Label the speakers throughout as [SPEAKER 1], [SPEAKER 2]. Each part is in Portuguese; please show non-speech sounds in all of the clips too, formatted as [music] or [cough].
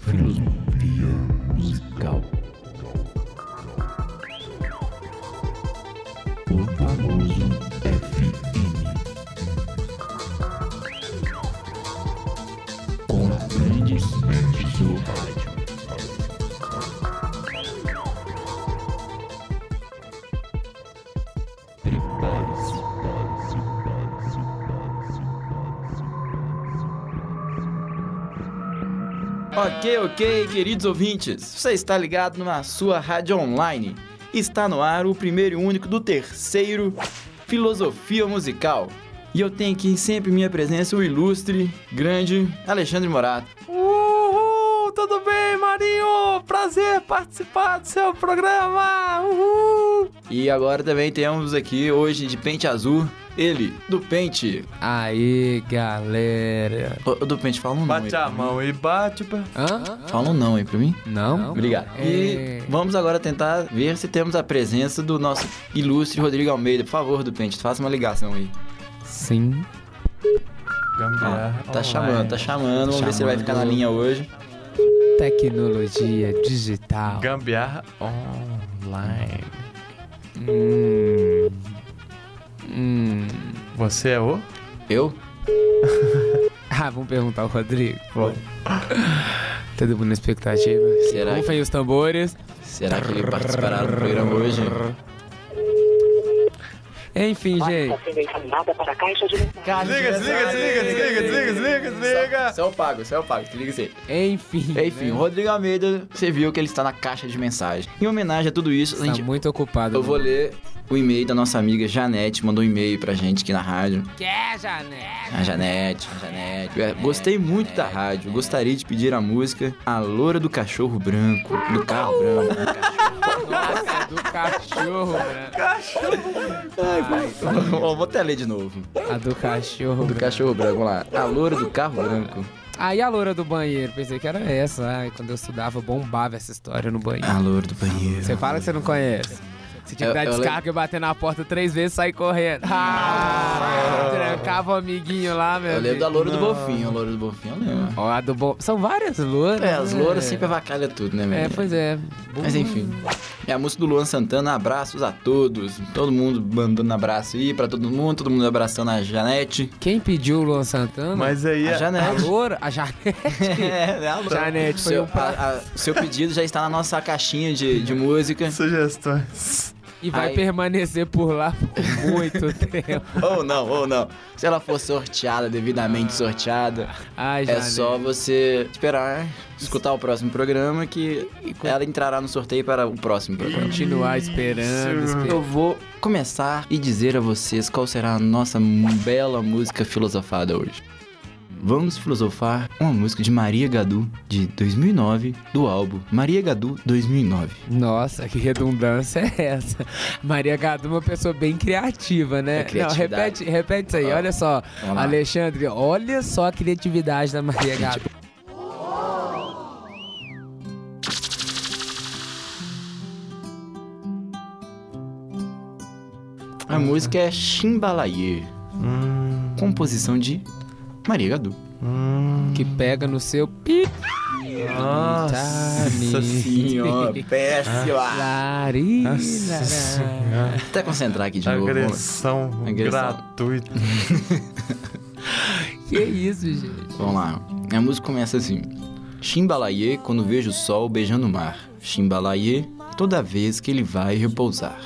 [SPEAKER 1] Filosofia musical. O famoso FM. Com as grandes mentes do rádio.
[SPEAKER 2] Ok, ok, queridos ouvintes, você está ligado na sua rádio online. Está no ar o primeiro e único do terceiro Filosofia Musical. E eu tenho aqui sempre em minha presença o ilustre, grande Alexandre Morato.
[SPEAKER 3] Uhul! Tudo bem, Marinho? Prazer participar do seu programa! Uhul!
[SPEAKER 2] E agora também temos aqui hoje de pente azul, ele, do pente.
[SPEAKER 4] Aí, galera.
[SPEAKER 2] Ô, ô, do pente, fala um nome.
[SPEAKER 3] Bate a mão e bate. pá.
[SPEAKER 4] Hã?
[SPEAKER 2] Fala um não aí pra mim.
[SPEAKER 4] Não?
[SPEAKER 2] Obrigado. E
[SPEAKER 4] É.
[SPEAKER 2] vamos agora tentar ver se temos a presença do nosso ilustre Rodrigo Almeida. Por favor, do Pente, faça uma ligação aí.
[SPEAKER 4] Sim.
[SPEAKER 3] Gambiarra.
[SPEAKER 2] Tá chamando,
[SPEAKER 3] é.
[SPEAKER 2] tá chamando. Vamos ver se ele vai ficar na linha hoje.
[SPEAKER 4] Tecnologia digital.
[SPEAKER 3] Gambiarra online.
[SPEAKER 4] Hum. Hum.
[SPEAKER 3] Você é o?
[SPEAKER 2] Eu?
[SPEAKER 4] Ah, vamos perguntar ao Rodrigo.
[SPEAKER 3] Bom,
[SPEAKER 4] Todo mundo na expectativa.
[SPEAKER 2] Será
[SPEAKER 4] Rufem os tambores.
[SPEAKER 2] Será que ele participará do programa hoje?
[SPEAKER 4] Enfim, gente.
[SPEAKER 5] sendo encaminhada para a caixa de mensagem.
[SPEAKER 3] Desliga, desliga, desliga, desliga, desliga, desliga, desliga.
[SPEAKER 2] Céu pago, céu pago, te liga aí.
[SPEAKER 4] Enfim.
[SPEAKER 2] Enfim, um o
[SPEAKER 4] né?
[SPEAKER 2] Rodrigo Almeida, você viu que ele está na caixa de mensagem. Em homenagem a tudo isso, a
[SPEAKER 4] Tá
[SPEAKER 2] gente.
[SPEAKER 4] muito ocupado.
[SPEAKER 2] Eu vou ler o e-mail da nossa amiga Janete, mandou um e-mail pra gente aqui na rádio.
[SPEAKER 4] Que é, Jané?
[SPEAKER 2] A Janete, a Janete. É, Gostei muito da rádio. Gostaria de pedir a música A Loura do Cachorro Branco. Do carro branco.
[SPEAKER 4] Nossa, do cachorro, né?
[SPEAKER 2] Ó, Vou até ler de novo.
[SPEAKER 4] A do cachorro.
[SPEAKER 2] Do
[SPEAKER 4] né?
[SPEAKER 2] cachorro branco, vamos lá. A Loura do Carro Branco.
[SPEAKER 4] Aí a loura do banheiro, pensei que era essa. Ai, quando eu estudava, bombava essa história no banheiro.
[SPEAKER 2] A Loura do Banheiro.
[SPEAKER 4] Você fala que você não conhece. Você tinha
[SPEAKER 2] Eu-
[SPEAKER 4] que dar
[SPEAKER 2] eu
[SPEAKER 4] descarga e bater na porta três vezes e sair correndo. Ah, trancava o amiguinho lá, meu.
[SPEAKER 2] Eu lembro da
[SPEAKER 4] amigo.
[SPEAKER 2] Loura do Bofinho. A Loura do Bofinho eu lembro.
[SPEAKER 4] Ó, a do bom. São várias louras.
[SPEAKER 2] É, as louras
[SPEAKER 4] né?
[SPEAKER 2] sempre avacalham tudo, né,
[SPEAKER 4] É,
[SPEAKER 2] velho?
[SPEAKER 4] pois é.
[SPEAKER 2] Mas enfim. É a música do Luan Santana, abraços a todos. Todo mundo mandando abraço aí pra todo mundo, todo mundo abraçando a Janete.
[SPEAKER 4] Quem pediu o Luan Santana?
[SPEAKER 3] Mas aí
[SPEAKER 2] A
[SPEAKER 3] é.
[SPEAKER 4] A
[SPEAKER 2] Janete.
[SPEAKER 4] loura? A Janete.
[SPEAKER 2] [laughs] É, é a Loura.
[SPEAKER 4] Janete foi
[SPEAKER 2] Seu,
[SPEAKER 4] um pra...
[SPEAKER 2] a- a- seu pedido já está na nossa caixinha de, de música.
[SPEAKER 3] Sugestões.
[SPEAKER 4] E vai
[SPEAKER 2] Ai.
[SPEAKER 4] permanecer por lá por muito [laughs] tempo.
[SPEAKER 2] ou não, ou não. Ah, Se ela for sorteada, devidamente sorteada,
[SPEAKER 4] Ai,
[SPEAKER 2] é
[SPEAKER 4] Janete.
[SPEAKER 2] só você esperar, escutar o próximo programa que ela entrará no sorteio para o próximo programa.
[SPEAKER 4] Continuar esperando,
[SPEAKER 3] Isso.
[SPEAKER 4] esperando.
[SPEAKER 2] Eu vou começar e dizer a vocês qual será a nossa m- bela música filosofada hoje. Vamos filosofar uma música de Maria Gadu, de 2009, do álbum Maria Gadu 2009.
[SPEAKER 4] Nossa, que redundância é essa? Maria Gadu é uma pessoa bem criativa, né?
[SPEAKER 2] É criatividade.
[SPEAKER 4] Não, repete, repete isso aí,
[SPEAKER 2] Ó,
[SPEAKER 4] olha só.
[SPEAKER 2] vamos lá.
[SPEAKER 4] Alexandre, olha só a criatividade da Maria Gadu.
[SPEAKER 2] A música é Chimbalaye, composição de Maria Gadu.
[SPEAKER 4] Que pega no seu pi.
[SPEAKER 3] Nossa
[SPEAKER 4] Tani.
[SPEAKER 2] péssima!
[SPEAKER 4] Larina. né?
[SPEAKER 3] Nossa senhora.
[SPEAKER 2] Ah, Até concentrar aqui de
[SPEAKER 3] Tá
[SPEAKER 2] novo. Vamos,
[SPEAKER 3] Agressão
[SPEAKER 2] Agressão.
[SPEAKER 3] gratuita.
[SPEAKER 4] Que isso, gente?
[SPEAKER 2] vamos lá. A música começa assim. Chimbalaye, quando vejo o sol beijando o mar. Chimbalaye, toda vez que ele vai repousar.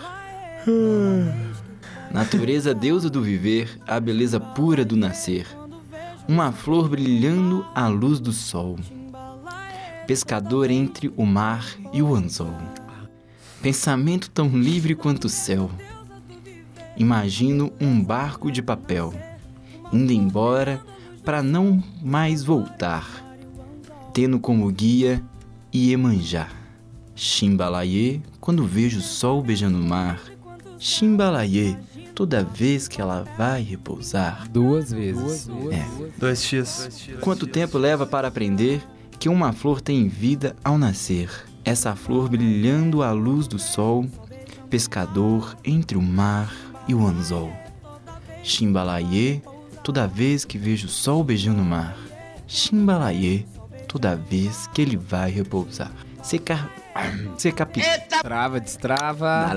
[SPEAKER 2] Natureza deusa do viver, a beleza pura do nascer. Uma flor brilhando à luz do sol. Pescador entre o mar e o anzol. Pensamento tão livre quanto o céu. Imagino um barco de papel indo embora para não mais voltar, tendo como guia Iemanjá. Chimbalaye, quando vejo o sol beijando o mar. Chimbalaye, toda vez que ela vai repousar.
[SPEAKER 4] Duas vezes.
[SPEAKER 3] Dois X.
[SPEAKER 2] Quanto tempo leva para aprender que uma flor tem vida ao nascer? Essa flor brilhando à luz do sol, pescador entre o mar e o anzol. Chimbalaie, toda vez que vejo o sol beijando o mar. Chimbalaie, toda vez que ele vai repousar. Secar. Ser capitão.
[SPEAKER 3] É.
[SPEAKER 4] Trava, destrava.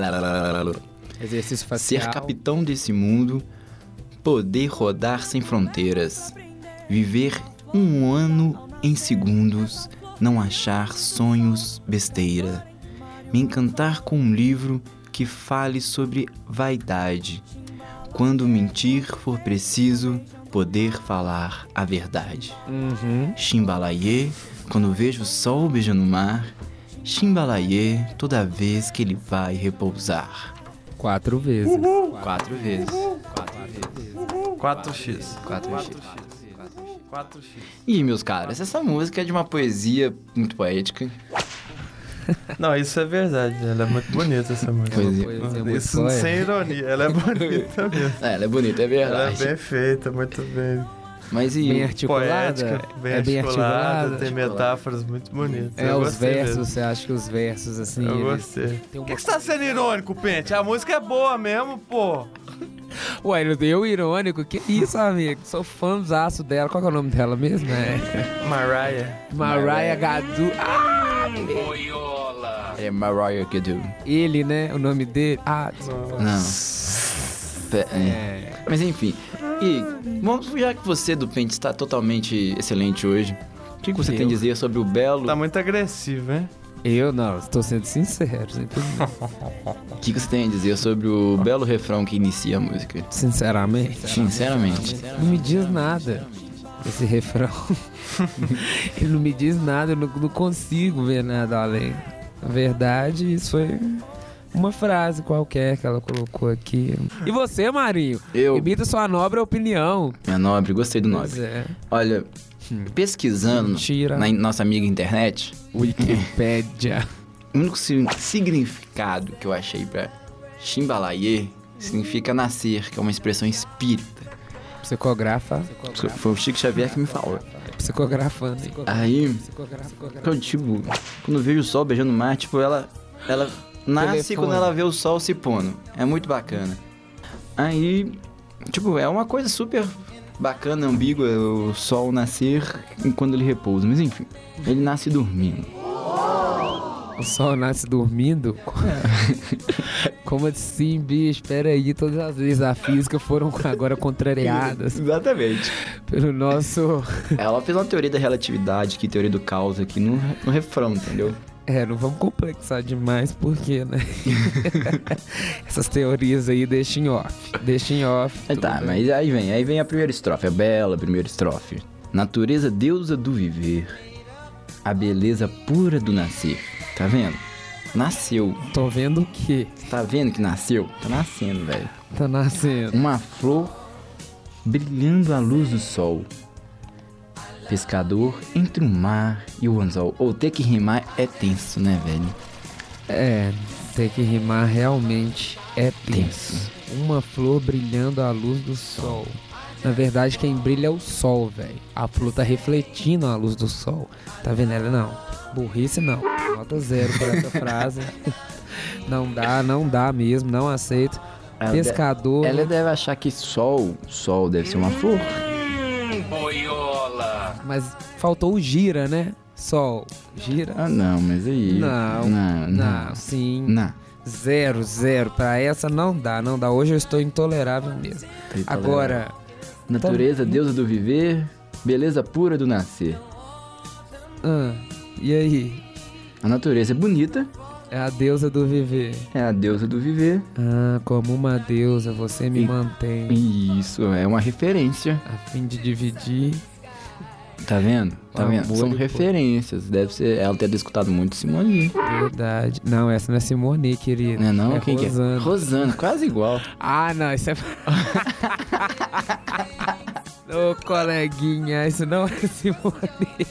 [SPEAKER 4] Exercício facial.
[SPEAKER 2] Ser capitão desse mundo, poder rodar sem fronteiras, viver um ano em segundos, não achar sonhos besteira, me encantar com um livro que fale sobre vaidade, quando mentir for preciso, poder falar a verdade.
[SPEAKER 4] Uhum.
[SPEAKER 2] Chimbalaiê, quando vejo o sol beijando o mar, Chimbalaiê, toda vez que ele vai repousar.
[SPEAKER 4] Quatro vezes.
[SPEAKER 2] Quatro vezes.
[SPEAKER 3] 4x.
[SPEAKER 2] Quatro vezes.
[SPEAKER 3] 4x.
[SPEAKER 2] E meus caras, essa música é de uma poesia muito poética.
[SPEAKER 3] Não, isso é verdade. Ela é muito bonita essa música.
[SPEAKER 2] Poesia.
[SPEAKER 4] Poesia muito
[SPEAKER 3] Isso
[SPEAKER 4] poética.
[SPEAKER 3] sem ironia. Ela é bonita mesmo.
[SPEAKER 2] É, ela é bonita, é
[SPEAKER 3] Ela é
[SPEAKER 2] verdade.
[SPEAKER 3] bem feita, muito bem.
[SPEAKER 2] Mas e
[SPEAKER 4] Bem articulada.
[SPEAKER 3] Poética, bem,
[SPEAKER 4] é bem
[SPEAKER 3] articulada,
[SPEAKER 4] articulada.
[SPEAKER 3] tem metáforas muito bonitas.
[SPEAKER 4] É,
[SPEAKER 3] Eu
[SPEAKER 4] os
[SPEAKER 3] gostei
[SPEAKER 4] versos,
[SPEAKER 3] mesmo.
[SPEAKER 4] você acha que os versos, assim,
[SPEAKER 3] Eu
[SPEAKER 4] eles
[SPEAKER 3] gostei.
[SPEAKER 4] têm
[SPEAKER 3] Por
[SPEAKER 4] uma...
[SPEAKER 3] que, que você tá sendo irônico, Pente? A música é boa mesmo, pô.
[SPEAKER 4] Ué, não deu irônico? Que isso, amigo? Sou fãzaço dela. Qual que é o nome dela mesmo? É.
[SPEAKER 3] [laughs] Mariah.
[SPEAKER 4] Mariah Gadu. Ah,
[SPEAKER 2] é Mariah Carey?
[SPEAKER 4] ele, né? O nome dele. Ah, desculpa.
[SPEAKER 2] Não. Pe- é.
[SPEAKER 4] É.
[SPEAKER 2] Mas enfim. E vamos, já que você do Pente está totalmente excelente hoje, o que, que você
[SPEAKER 4] Eu.
[SPEAKER 2] tem a dizer sobre o belo?
[SPEAKER 3] Tá muito agressivo, hein?
[SPEAKER 4] Eu não, estou sendo sincero, simplesmente.
[SPEAKER 2] O que, que você tem a dizer sobre o belo refrão que inicia a música?
[SPEAKER 4] Sinceramente.
[SPEAKER 2] Sinceramente.
[SPEAKER 4] Não me diz nada. Esse refrão. ele não me diz nada, eu não, não consigo ver nada além. Na verdade, isso foi uma frase qualquer que ela colocou aqui. E você, Marinho?
[SPEAKER 2] Eu,
[SPEAKER 4] Imita sua nobre opinião.
[SPEAKER 2] minha nobre, gostei do
[SPEAKER 4] Pois
[SPEAKER 2] nobre.
[SPEAKER 4] é. Hum.
[SPEAKER 2] Olha, pesquisando
[SPEAKER 4] Mentira.
[SPEAKER 2] na in- nossa amiga internet,
[SPEAKER 4] Wikipédia.
[SPEAKER 2] o único si- significado que eu achei pra Chimbalaye significa nascer, que é uma expressão espírita.
[SPEAKER 4] Psicografa.
[SPEAKER 2] Foi o Chico Xavier que me falou.
[SPEAKER 4] Psicografando. hein?
[SPEAKER 2] Aí,
[SPEAKER 4] Psicografando.
[SPEAKER 2] eu, tipo, quando vejo o sol beijando o mar, tipo, ela, ela nasce
[SPEAKER 4] Telefone.
[SPEAKER 2] quando ela vê o sol se pondo. É muito bacana. Aí, tipo, é uma coisa super bacana, ambígua, o sol nascer quando ele repousa. Mas enfim, ele nasce dormindo. [laughs]
[SPEAKER 4] O sol nasce dormindo? Como assim, bicho? Pera aí, todas as leis da física foram agora contrariadas
[SPEAKER 2] Exatamente.
[SPEAKER 4] pelo nosso...
[SPEAKER 2] Ela fez uma teoria da relatividade, que teoria do caos aqui no, no refrão, entendeu?
[SPEAKER 4] É, não vamos complexar demais, porque, né? Essas teorias aí deixam em off. Deixam em off.
[SPEAKER 2] Aí
[SPEAKER 4] tudo
[SPEAKER 2] tá,
[SPEAKER 4] bem.
[SPEAKER 2] mas aí vem, aí vem a primeira estrofe, a bela primeira estrofe. Natureza deusa do viver, a beleza pura do nascer. Tá vendo? Nasceu.
[SPEAKER 4] Tô vendo o quê?
[SPEAKER 2] Tá vendo que nasceu? Tá nascendo, velho.
[SPEAKER 4] Tá nascendo.
[SPEAKER 2] Uma flor brilhando à luz do sol. Pescador entre o mar e o anzol. Ou ter que rimar é tenso, né, velho?
[SPEAKER 4] É, tem que rimar realmente é tenso. Uma flor brilhando à luz do sol. Na verdade, quem brilha é o sol, velho. A flor tá refletindo a luz do sol. Tá vendo ela? Não. Burrice não. Nota zero por
[SPEAKER 2] [laughs]
[SPEAKER 4] essa frase. Não dá, não dá mesmo, não aceito.
[SPEAKER 2] Ela de-
[SPEAKER 4] Pescador.
[SPEAKER 2] Ela é deve achar que sol, sol deve ser uma flor.
[SPEAKER 4] Mas faltou o gira, né? Sol. Gira.
[SPEAKER 2] Ah, não, mas aí.
[SPEAKER 4] Não,
[SPEAKER 2] Não, não.
[SPEAKER 4] Não, sim.
[SPEAKER 2] Não.
[SPEAKER 4] Zero, zero. Pra essa não dá, não dá. Hoje eu estou intolerável mesmo.
[SPEAKER 2] Tá
[SPEAKER 4] Agora,
[SPEAKER 2] Natureza,
[SPEAKER 4] Tá.
[SPEAKER 2] deusa do viver, beleza pura do nascer.
[SPEAKER 4] ah, e aí?
[SPEAKER 2] A natureza é bonita,
[SPEAKER 4] É a deusa do viver.
[SPEAKER 2] é a deusa do viver.
[SPEAKER 4] Ah, como uma deusa, você me
[SPEAKER 2] E-
[SPEAKER 4] mantém.
[SPEAKER 2] E isso é uma referência.
[SPEAKER 4] A fim de dividir.
[SPEAKER 2] Tá vendo? Tá
[SPEAKER 4] Amor
[SPEAKER 2] vendo? São
[SPEAKER 4] e-
[SPEAKER 2] referências. Deve ser. Ela deve ter escutado muito Simone.
[SPEAKER 4] Verdade. Não, essa não é Simone, querido.
[SPEAKER 2] Não é não?
[SPEAKER 4] É
[SPEAKER 2] Quem que é?
[SPEAKER 4] Rosana.
[SPEAKER 2] Rosana, quase
[SPEAKER 4] [laughs]
[SPEAKER 2] igual.
[SPEAKER 4] Ah, não, isso é. Ô, coleguinha, isso não é Simone.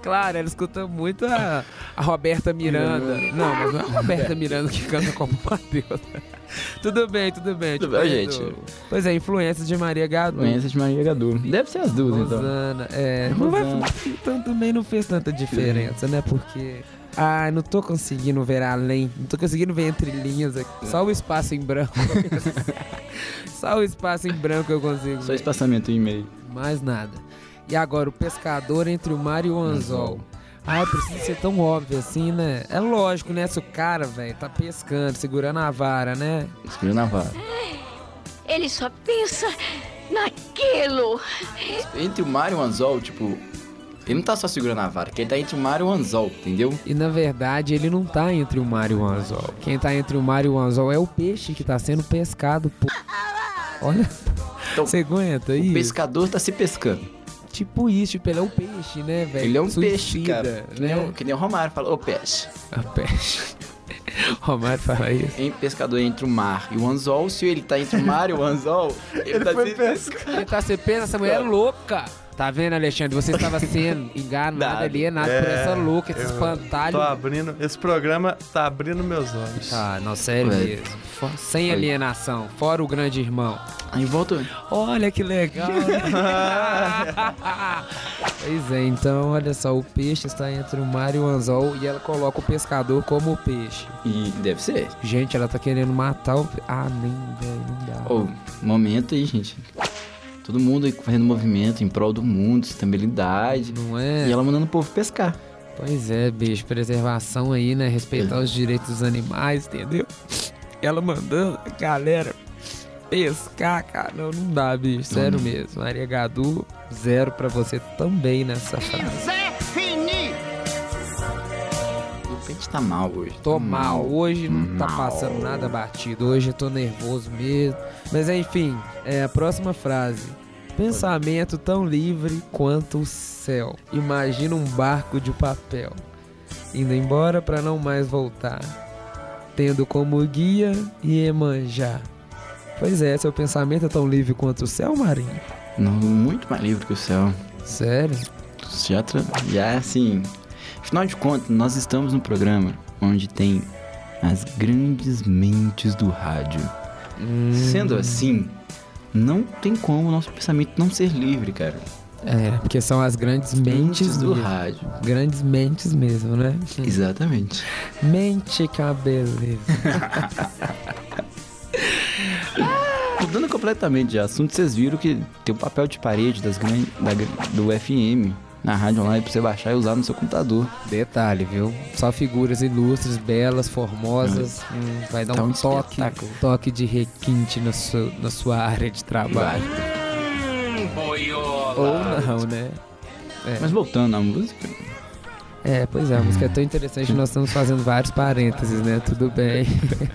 [SPEAKER 4] Claro, ela escuta muito a, a Roberta Miranda. Não, mas não é a Roberta Miranda que canta como uma deusa. Tudo bem, tudo bem.
[SPEAKER 2] Tudo
[SPEAKER 4] te
[SPEAKER 2] bem,
[SPEAKER 4] perdoo.
[SPEAKER 2] gente.
[SPEAKER 4] Pois é, influência de Maria Gadu.
[SPEAKER 2] Doença de Maria Gadu. Deve ser as duas, então.
[SPEAKER 4] Rosana, é. Não vai,
[SPEAKER 2] Rosana.
[SPEAKER 4] então também não fez tanta diferença, né? Porque. Ah, não tô conseguindo ver além. Não tô conseguindo ver entre linhas aqui. Só o espaço em branco. [laughs] Só o espaço em branco eu consigo.
[SPEAKER 2] Só
[SPEAKER 4] ver.
[SPEAKER 2] espaçamento em meio.
[SPEAKER 4] Mais nada. E agora, o pescador entre o mar e o anzol. Ah, precisa ser tão óbvio assim, né? É lógico, né? Se o cara, velho, tá pescando, segurando a vara, né?
[SPEAKER 2] Escolheu na vara.
[SPEAKER 6] Ele só pensa naquilo.
[SPEAKER 2] Entre o mar e o anzol, tipo. Ele não tá só segurando a vara, que ele tá entre o mar e o anzol, entendeu?
[SPEAKER 4] E na verdade, ele não tá entre o mar e o anzol. Quem tá entre o mar e o anzol é o peixe que tá sendo pescado, pô. Olha.
[SPEAKER 2] Então,
[SPEAKER 4] Você aguenta aí?
[SPEAKER 2] O pescador tá se pescando.
[SPEAKER 4] Tipo isso, tipo, ele é um peixe, né, velho?
[SPEAKER 2] Ele é um
[SPEAKER 4] Suicida,
[SPEAKER 2] peixe, cara. é um Que, nem o,
[SPEAKER 4] Né?
[SPEAKER 2] que nem o Romário fala, ô peixe.
[SPEAKER 4] A peixe. [laughs] Romário fala isso.
[SPEAKER 2] Em pescador entre o mar e o anzol, se ele tá entre o mar e o
[SPEAKER 4] [laughs]
[SPEAKER 2] anzol, ele, tá
[SPEAKER 3] Foi
[SPEAKER 2] se-
[SPEAKER 3] pescar.
[SPEAKER 4] Ele tá se pensa, essa mulher é louca. Tá vendo, Alexandre?
[SPEAKER 2] [laughs]
[SPEAKER 4] Você estava sendo enganado,
[SPEAKER 2] Dado.
[SPEAKER 4] alienado por
[SPEAKER 2] É.
[SPEAKER 4] essa louca, esse espantalho.
[SPEAKER 3] Tô abrindo. Esse programa tá abrindo meus olhos.
[SPEAKER 4] Tá, não, sério
[SPEAKER 2] Velho.
[SPEAKER 4] mesmo. Fo- Sem alienação, fora o grande irmão.
[SPEAKER 2] Aí volta.
[SPEAKER 4] Olha que legal, né? [laughs] pois é, então olha só, o peixe está entre o mar e o anzol e ela coloca o pescador como o peixe.
[SPEAKER 2] E deve ser.
[SPEAKER 4] Gente, ela tá querendo matar o. pe- Ah, nem, velho, não dá.
[SPEAKER 2] Ô, momento aí, gente. Todo mundo aí fazendo movimento em prol do mundo, sustentabilidade.
[SPEAKER 4] Não é?
[SPEAKER 2] E ela mandando o povo pescar.
[SPEAKER 4] Pois é, bicho, preservação aí, né? Respeitar os direitos dos animais, entendeu? Ela mandando a galera pescar, cara. Não, não dá, bicho. Sério mesmo. Maria Gadu, zero pra você também nessa frase.
[SPEAKER 2] O peixe tá mal hoje.
[SPEAKER 4] Tô mal. Hoje não tá
[SPEAKER 2] Mal.
[SPEAKER 4] passando nada batido. Hoje eu tô nervoso mesmo. Mas enfim, é a próxima frase. Pensamento tão livre quanto o céu. Imagina um barco de papel indo embora pra não mais voltar, tendo como guia Iemanjá. Pois é, seu pensamento é tão livre quanto o céu, Marinho.
[SPEAKER 2] Não, muito mais livre que o céu.
[SPEAKER 4] Sério?
[SPEAKER 2] Já, tra... já assim. Afinal de contas, nós estamos no programa onde tem as grandes mentes do rádio.
[SPEAKER 4] Hum.
[SPEAKER 2] Sendo assim, não tem como o nosso pensamento não ser livre, cara.
[SPEAKER 4] É, porque são as grandes mentes
[SPEAKER 2] do
[SPEAKER 4] do
[SPEAKER 2] rádio.
[SPEAKER 4] Grandes mentes mesmo, né?
[SPEAKER 2] Exatamente.
[SPEAKER 4] Mente que é uma beleza.
[SPEAKER 2] Mudando completamente de assunto, vocês viram que tem o papel de parede das gran- da gran- do FM na rádio online pra você baixar e usar no seu computador.
[SPEAKER 4] Detalhe, viu? Só figuras ilustres, belas, formosas. Hum, vai dar
[SPEAKER 2] Tá
[SPEAKER 4] um,
[SPEAKER 2] um
[SPEAKER 4] toque,
[SPEAKER 2] espetáculo.
[SPEAKER 4] toque de requinte na sua, na sua área de trabalho. Ou não, né?
[SPEAKER 2] Mas voltando à música,
[SPEAKER 4] É, pois é, a música é tão interessante que nós estamos fazendo vários parênteses, né? Tudo bem.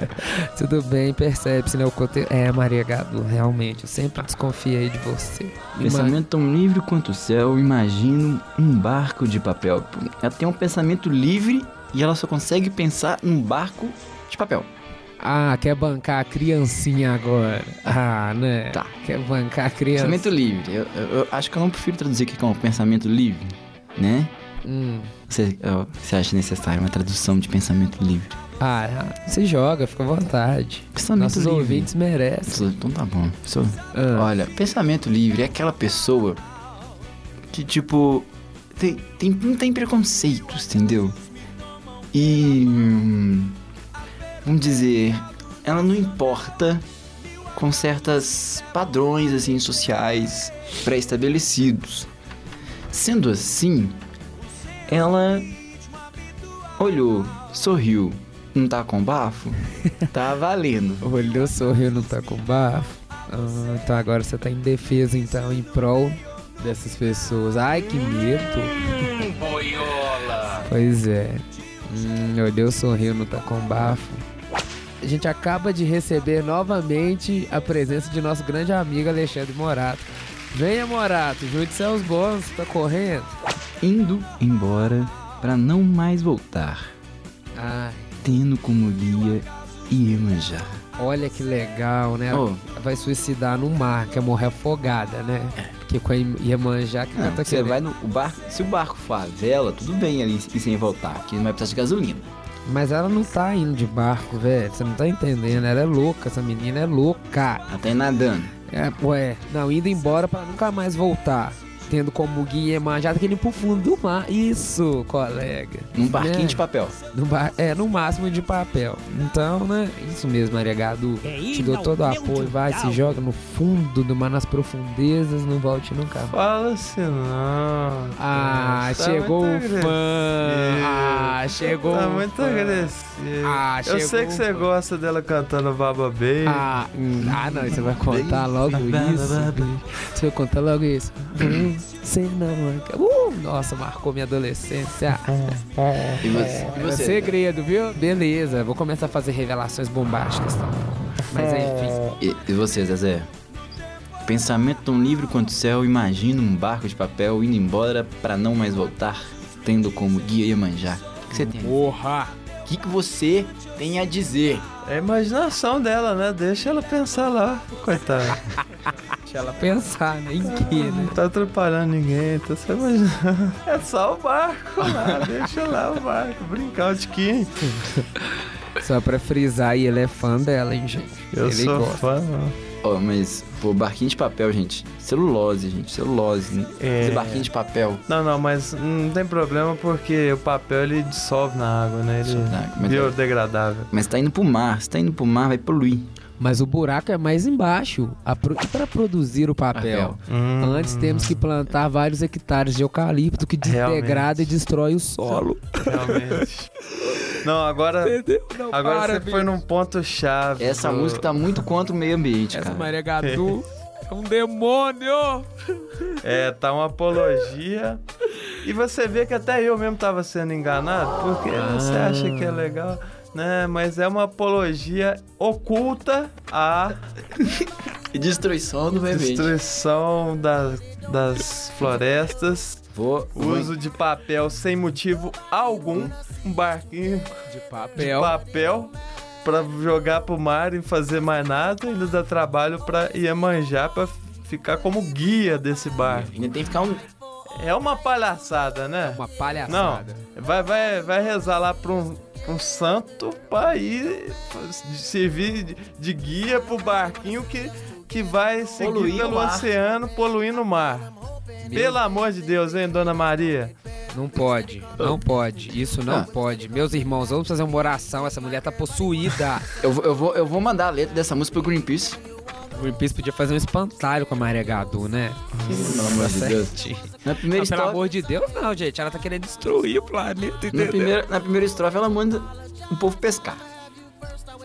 [SPEAKER 4] [laughs] Tudo bem, percebe-se, né? O conte... É, Maria Gadu, realmente, eu sempre desconfiei de você.
[SPEAKER 2] pensamento tão livre quanto o céu, imagino um barco de papel. Ela tem um pensamento livre e ela só consegue pensar num barco de papel.
[SPEAKER 4] Ah, quer bancar a criancinha agora. Ah, né?
[SPEAKER 2] Tá.
[SPEAKER 4] Quer bancar a criança.
[SPEAKER 2] Pensamento livre. Eu, eu- eu acho que eu não prefiro traduzir o que é um pensamento livre, né?
[SPEAKER 4] Hum.
[SPEAKER 2] Você, eu- você acha necessário uma tradução de pensamento livre?
[SPEAKER 4] Ah, se joga, fica à vontade.
[SPEAKER 2] Pensamento
[SPEAKER 4] Nossos
[SPEAKER 2] livre.
[SPEAKER 4] ouvintes merecem.
[SPEAKER 2] Então tá bom. Sou-
[SPEAKER 4] Ah.
[SPEAKER 2] Olha, pensamento livre é aquela pessoa que, tipo, tem, tem- não tem preconceitos, entendeu? E. hum, Vamos dizer, ela não importa com certos padrões, assim, sociais pré-estabelecidos. Sendo assim, ela olhou, sorriu, não tá com bafo? Tá valendo.
[SPEAKER 4] Olhou, sorriu, não tá com bafo. Ah, então agora você tá em defesa, então, em prol dessas pessoas. Ai, que medo. pois é. Hum, olhou, sorriu, não tá com bafo. A gente acaba de receber novamente a presença de nosso grande amigo Alexandre Morato. Venha, Morato, junte seus bons, tá correndo?
[SPEAKER 2] indo embora para não mais voltar,
[SPEAKER 4] Ai,
[SPEAKER 2] tendo como guia Iemanjá.
[SPEAKER 4] olha que legal, né?
[SPEAKER 2] Ô,
[SPEAKER 4] vai suicidar no mar, quer morrer afogada, né? Porque com a Iemanjá que
[SPEAKER 2] É. não,
[SPEAKER 4] não tá
[SPEAKER 2] você
[SPEAKER 4] querendo.
[SPEAKER 2] vai no o barco, se o barco for a vela, tudo bem ali e sem voltar, que não vai precisar de gasolina.
[SPEAKER 4] Mas ela não tá indo de barco, velho. Você não tá entendendo. Ela é louca, essa menina é louca.
[SPEAKER 2] Até tá nadando.
[SPEAKER 4] É, ué, não, indo embora pra nunca mais voltar. tendo como guia Iemanjá, tá querendo ir pro fundo do mar. Isso, colega.
[SPEAKER 2] Num barquinho
[SPEAKER 4] Né?
[SPEAKER 2] de papel.
[SPEAKER 4] No ba- é, no máximo de papel. Então, né? Isso mesmo, Maria Gadu. Te dou todo o apoio. Vai, se joga no fundo do mar, nas profundezas, não volte nunca. mais.
[SPEAKER 3] Fala assim, não.
[SPEAKER 4] Ah,
[SPEAKER 3] Tá
[SPEAKER 4] chegou
[SPEAKER 3] muito
[SPEAKER 4] o fã.
[SPEAKER 3] agressivo.
[SPEAKER 4] Ah, chegou
[SPEAKER 3] Tá
[SPEAKER 4] o
[SPEAKER 3] muito
[SPEAKER 4] fã.
[SPEAKER 3] agressivo.
[SPEAKER 4] Ah,
[SPEAKER 3] Eu
[SPEAKER 4] chegou
[SPEAKER 3] sei que
[SPEAKER 4] o
[SPEAKER 3] você
[SPEAKER 4] fã.
[SPEAKER 3] gosta dela cantando Baba Baby.
[SPEAKER 4] Ah, hum, ah, não, você vai contar logo isso. Você vai contar logo isso. Hum, Você não arca- uh, Nossa, marcou minha adolescência.
[SPEAKER 3] É.
[SPEAKER 2] E você? e
[SPEAKER 4] É
[SPEAKER 2] você?
[SPEAKER 4] segredo, viu? Beleza, vou começar a fazer revelações bombásticas. Tá? Mas
[SPEAKER 3] É.
[SPEAKER 4] enfim.
[SPEAKER 2] E, e você, Zezé? Pensamento tão livre quanto o céu, imagina um barco de papel indo embora pra não mais voltar, tendo como guia Iemanjá. O que que você tem? a dizer?
[SPEAKER 4] Porra!
[SPEAKER 2] O que, que você tem a dizer?
[SPEAKER 3] É a imaginação dela, né? Deixa ela pensar lá. Coitada.
[SPEAKER 4] Deixa ela pensar, né? Em que, né?
[SPEAKER 3] Não tá atrapalhando ninguém, tá só imaginando. [laughs] É só o barco lá. Deixa lá o barco. Brincar de quem?
[SPEAKER 4] Só pra frisar, e ele é fã dela, hein, gente?
[SPEAKER 3] Eu
[SPEAKER 4] ele
[SPEAKER 3] sou
[SPEAKER 4] gosta.
[SPEAKER 3] fã. não.
[SPEAKER 2] Ó, mas, pô, barquinho de papel, gente. Celulose, gente. Celulose. né?
[SPEAKER 3] É.
[SPEAKER 2] Esse barquinho de papel.
[SPEAKER 3] Não, não, mas não tem problema porque o papel ele dissolve na água, né? Ele
[SPEAKER 2] Dissolve na água,
[SPEAKER 3] é
[SPEAKER 2] mas-
[SPEAKER 3] biodegradável.
[SPEAKER 2] Mas tá indo pro mar. Se tá indo pro mar, vai poluir.
[SPEAKER 4] Mas o buraco é mais embaixo a pro- pra produzir o papel.
[SPEAKER 3] Hum,
[SPEAKER 4] Antes temos que plantar vários hectares de eucalipto que
[SPEAKER 3] Realmente.
[SPEAKER 4] degrada e destrói o solo.
[SPEAKER 3] [laughs] realmente. Não, agora,
[SPEAKER 4] Entendeu? Não,
[SPEAKER 3] agora
[SPEAKER 4] para,
[SPEAKER 3] você
[SPEAKER 4] bicho.
[SPEAKER 3] foi num ponto chave.
[SPEAKER 2] Essa
[SPEAKER 3] do-
[SPEAKER 2] música tá muito contra o meio ambiente,
[SPEAKER 4] Essa
[SPEAKER 2] cara.
[SPEAKER 4] Maria Gadu é um demônio!
[SPEAKER 3] É, tá uma apologia. E você vê que até eu mesmo tava sendo enganado, porque você acha que é legal, né? Mas é uma apologia oculta à
[SPEAKER 2] Destruição do meio ambiente.
[SPEAKER 3] destruição das, das florestas,
[SPEAKER 2] Vou, vou,
[SPEAKER 3] uso de papel sem motivo algum, um barquinho
[SPEAKER 4] De
[SPEAKER 3] de
[SPEAKER 4] papel.
[SPEAKER 3] papel pra jogar pro mar e fazer mais nada, ainda dá trabalho pra Iemanjá pra ficar como guia desse barco.
[SPEAKER 2] ainda tem que ficar um...
[SPEAKER 3] É uma palhaçada, né?
[SPEAKER 4] Uma
[SPEAKER 3] Não,
[SPEAKER 4] palhaçada.
[SPEAKER 3] vai, vai, vai rezar lá pra um, pra um santo pra ir servir de, de guia pro barquinho que, que vai seguir
[SPEAKER 2] Poluir o
[SPEAKER 3] pelo
[SPEAKER 2] mar.
[SPEAKER 3] oceano poluindo o mar. Pelo amor de Deus, hein, Dona Maria?
[SPEAKER 4] Não pode, não pode. Isso não
[SPEAKER 2] Ah.
[SPEAKER 4] pode. Meus irmãos, vamos fazer uma oração. Essa mulher tá
[SPEAKER 3] [laughs]
[SPEAKER 4] possuída.
[SPEAKER 2] Eu, vou- eu, vou, eu vou mandar a letra dessa música pro Greenpeace.
[SPEAKER 4] O Greenpeace podia fazer um espantalho com a Maria Gadu, né?
[SPEAKER 2] Pelo amor de Deus. Na primeira
[SPEAKER 4] Não, pelo
[SPEAKER 2] história...
[SPEAKER 4] amor de Deus, não, gente. Ela tá querendo destruir o planeta,
[SPEAKER 2] Na
[SPEAKER 4] entendeu?
[SPEAKER 2] primeira, na primeira estrofe ela manda o povo pescar.